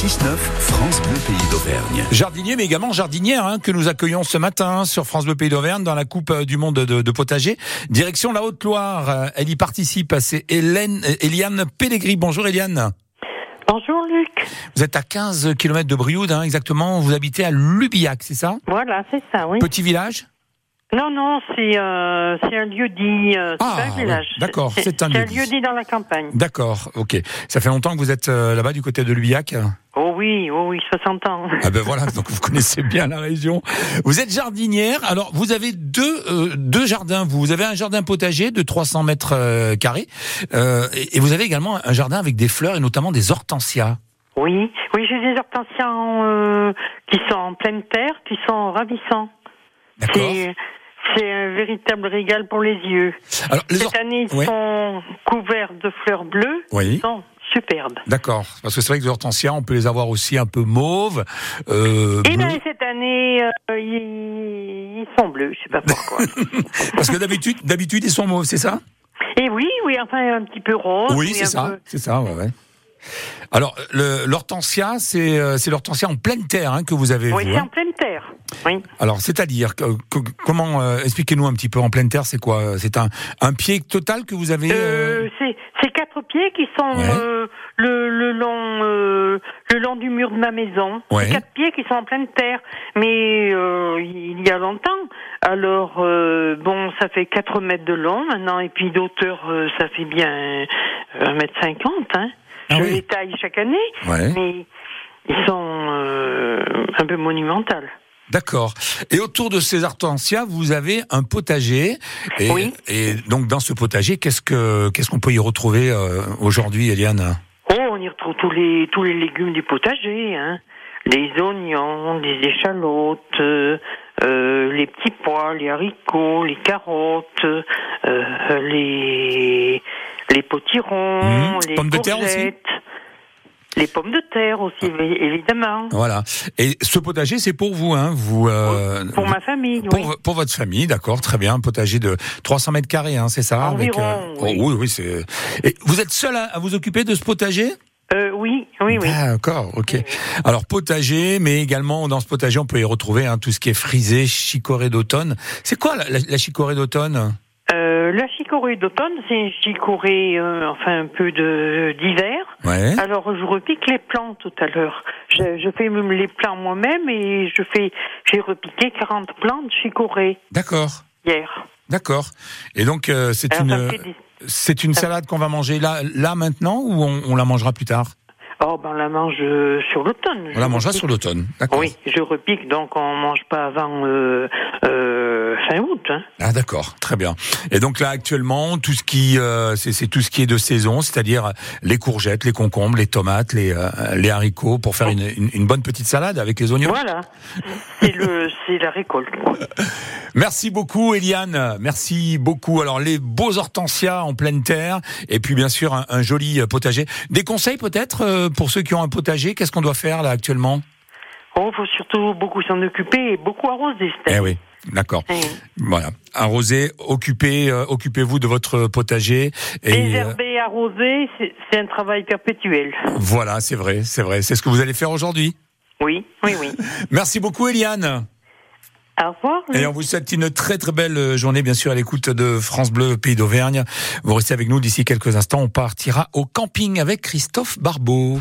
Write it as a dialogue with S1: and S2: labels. S1: 6-9, France Bleu Pays d'Auvergne.
S2: Jardinier, mais également jardinière, hein, que nous accueillons ce matin sur France Bleu Pays d'Auvergne dans la Coupe euh, du Monde de, de potager. Direction la Haute-Loire, euh, elle y participe. C'est Hélène, euh, Eliane Pellegri. Bonjour Eliane.
S3: Bonjour Luc.
S2: Vous êtes à 15 km de Brioude, hein, exactement. Vous habitez à Lubiac, c'est ça
S3: Voilà, c'est ça, oui.
S2: Petit village
S3: Non, non, c'est euh, c'est un lieu dit. euh, c'est
S2: Ah,
S3: pas un
S2: oui,
S3: village.
S2: d'accord, c'est un
S3: C'est un
S2: lieu-dit.
S3: lieu dit dans la campagne.
S2: D'accord, ok. Ça fait longtemps que vous êtes euh, là-bas du côté de Lubiac
S3: Oh oui, oh oui, 60 ans.
S2: Ah ben voilà, donc vous connaissez bien la région. Vous êtes jardinière. Alors vous avez deux euh, deux jardins. Vous Vous avez un jardin potager de 300 mètres euh, carrés Euh, et, et vous avez également un jardin avec des fleurs et notamment des hortensias.
S3: Oui, oui, j'ai des hortensias en, euh, qui sont en pleine terre, qui sont ravissants.
S2: D'accord.
S3: C'est c'est un véritable régal pour les yeux.
S2: Alors les
S3: Cette
S2: hortensias.
S3: année, ils
S2: oui.
S3: sont couverts de fleurs bleues.
S2: Oui.
S3: Ils sont superbes.
S2: D'accord, parce que c'est vrai que les hortensias, on peut les avoir aussi un peu mauves. Euh,
S3: Et
S2: bleues.
S3: ben cette année, euh, ils, ils sont bleus, je sais pas pourquoi.
S2: parce que d'habitude, d'habitude, ils sont mauves, c'est ça
S3: Et oui, oui, enfin un petit peu rose.
S2: Oui,
S3: mais
S2: c'est
S3: Oh, un
S2: ça,
S3: peu-
S2: c'est ça, ouais, ouais. Alors, le- l'hortensia, c'est euh, c'est l'hortensia en pleine terre hein, que vous avez
S3: Oui,
S2: vous,
S3: c'est
S2: hein.
S3: en pleine terre. Oui.
S2: Alors, c'est-à-dire, que- que- comment euh, Expliquez-nous un petit peu en pleine terre, c'est quoi euh, C'est un, un pied total que vous avez euh,
S3: Euh, c'est c'est quatre pieds qui sont
S2: Ouais.
S3: euh, le, le long euh, le long du mur de ma maison. C'est
S2: Ouais.
S3: Quatre pieds qui sont en pleine terre, mais euh, il y a longtemps. Alors euh, bon, ça fait 4 mètres de long maintenant, et puis d'auteur, euh, ça fait bien 1 mètre cinquante. Hein.
S2: Ah
S3: Je
S2: oui.
S3: les taille chaque année,
S2: Ouais.
S3: mais ils sont euh, un peu monumentales.
S2: D'accord. Et autour de ces hortensias, vous avez un potager. Et,
S3: Oui.
S2: et donc, dans ce potager, qu'est-ce que qu'est-ce qu'on peut y retrouver euh, aujourd'hui, Eliane
S3: Oh, on y retrouve tous les tous les légumes du potager, hein. Les oignons, les échalotes, euh, euh, les petits pois, les haricots, les carottes, euh, les les potirons,
S2: Mhm.
S3: les
S2: Pommes de terre aussi Ah.
S3: courgettes, les pommes de terre aussi évi- évidemment.
S2: Voilà. Et ce potager, c'est pour vous, hein Vous euh,
S3: Pour ma famille, oui.
S2: Pour, pour votre famille, d'accord, très bien. Un potager de 300 mètres carrés, hein, c'est ça
S3: Environ,
S2: oh,
S3: oui.
S2: oui, oui, c'est. Et vous êtes seul à, à vous occuper de ce potager
S3: Euh, oui,
S2: Ah.
S3: oui, oui.
S2: D'accord, ok. Alors potager, mais également dans ce potager, on peut y retrouver hein, tout ce qui est frisé, chicorée d'automne. C'est quoi la, la- la chicorée d'automne
S3: Euh, la chicorée d'automne, c'est une chicorée, euh, enfin un peu de d'hiver.
S2: Ouais.
S3: Alors, je repique les plants tout à l'heure. Je, je fais même les plants moi-même et je fais, j'ai repiqué 40 plants de chicorée
S2: D'accord,
S3: hier. d'accord
S2: d'accord. Et donc euh, c'est une euh, c'est une salade qu'on va manger là là maintenant ou on, on la mangera plus tard
S3: Oh, ben, on la mange euh, sur l'automne.
S2: On la
S3: Je
S2: mangera
S3: repique.
S2: sur l'automne, d'accord.
S3: Oui, je repique, donc on mange pas avant euh, euh, fin août. Hein.
S2: Ah d'accord, très bien. Et donc là actuellement, tout ce qui euh, c'est c'est tout ce qui est de saison, c'est-à-dire les courgettes, les concombres, les tomates, les euh, les haricots pour
S3: Oh.
S2: faire une, une- une bonne petite salade avec les oignons.
S3: Voilà. C'est le, c'est la récolte. quoi.
S2: Merci beaucoup Eliane, merci beaucoup. Alors les beaux hortensias en pleine terre et puis bien sûr un, un joli euh, potager. Des conseils peut-être euh, pour ceux qui ont un potager, qu'est-ce qu'on doit faire là actuellement
S3: Oh, faut surtout beaucoup s'en occuper et beaucoup arroser cette
S2: Eh
S3: année.
S2: oui, d'accord.
S3: Eh.
S2: Voilà, arrosez, occupez euh, occupez-vous de votre potager et euh,
S3: Désherber, arroser, c'est c'est un travail perpétuel.
S2: voilà, c'est vrai, c'est vrai, c'est ce que vous allez faire aujourd'hui.
S3: Oui, oui, oui.
S2: Merci beaucoup Eliane.
S3: Au revoir. Luc.
S2: Et on vous souhaite une très très belle euh, journée bien sûr à l'écoute de France Bleu Pays d'Auvergne. Vous restez avec nous d'ici quelques instants, on partira au camping avec Christophe Barbeau.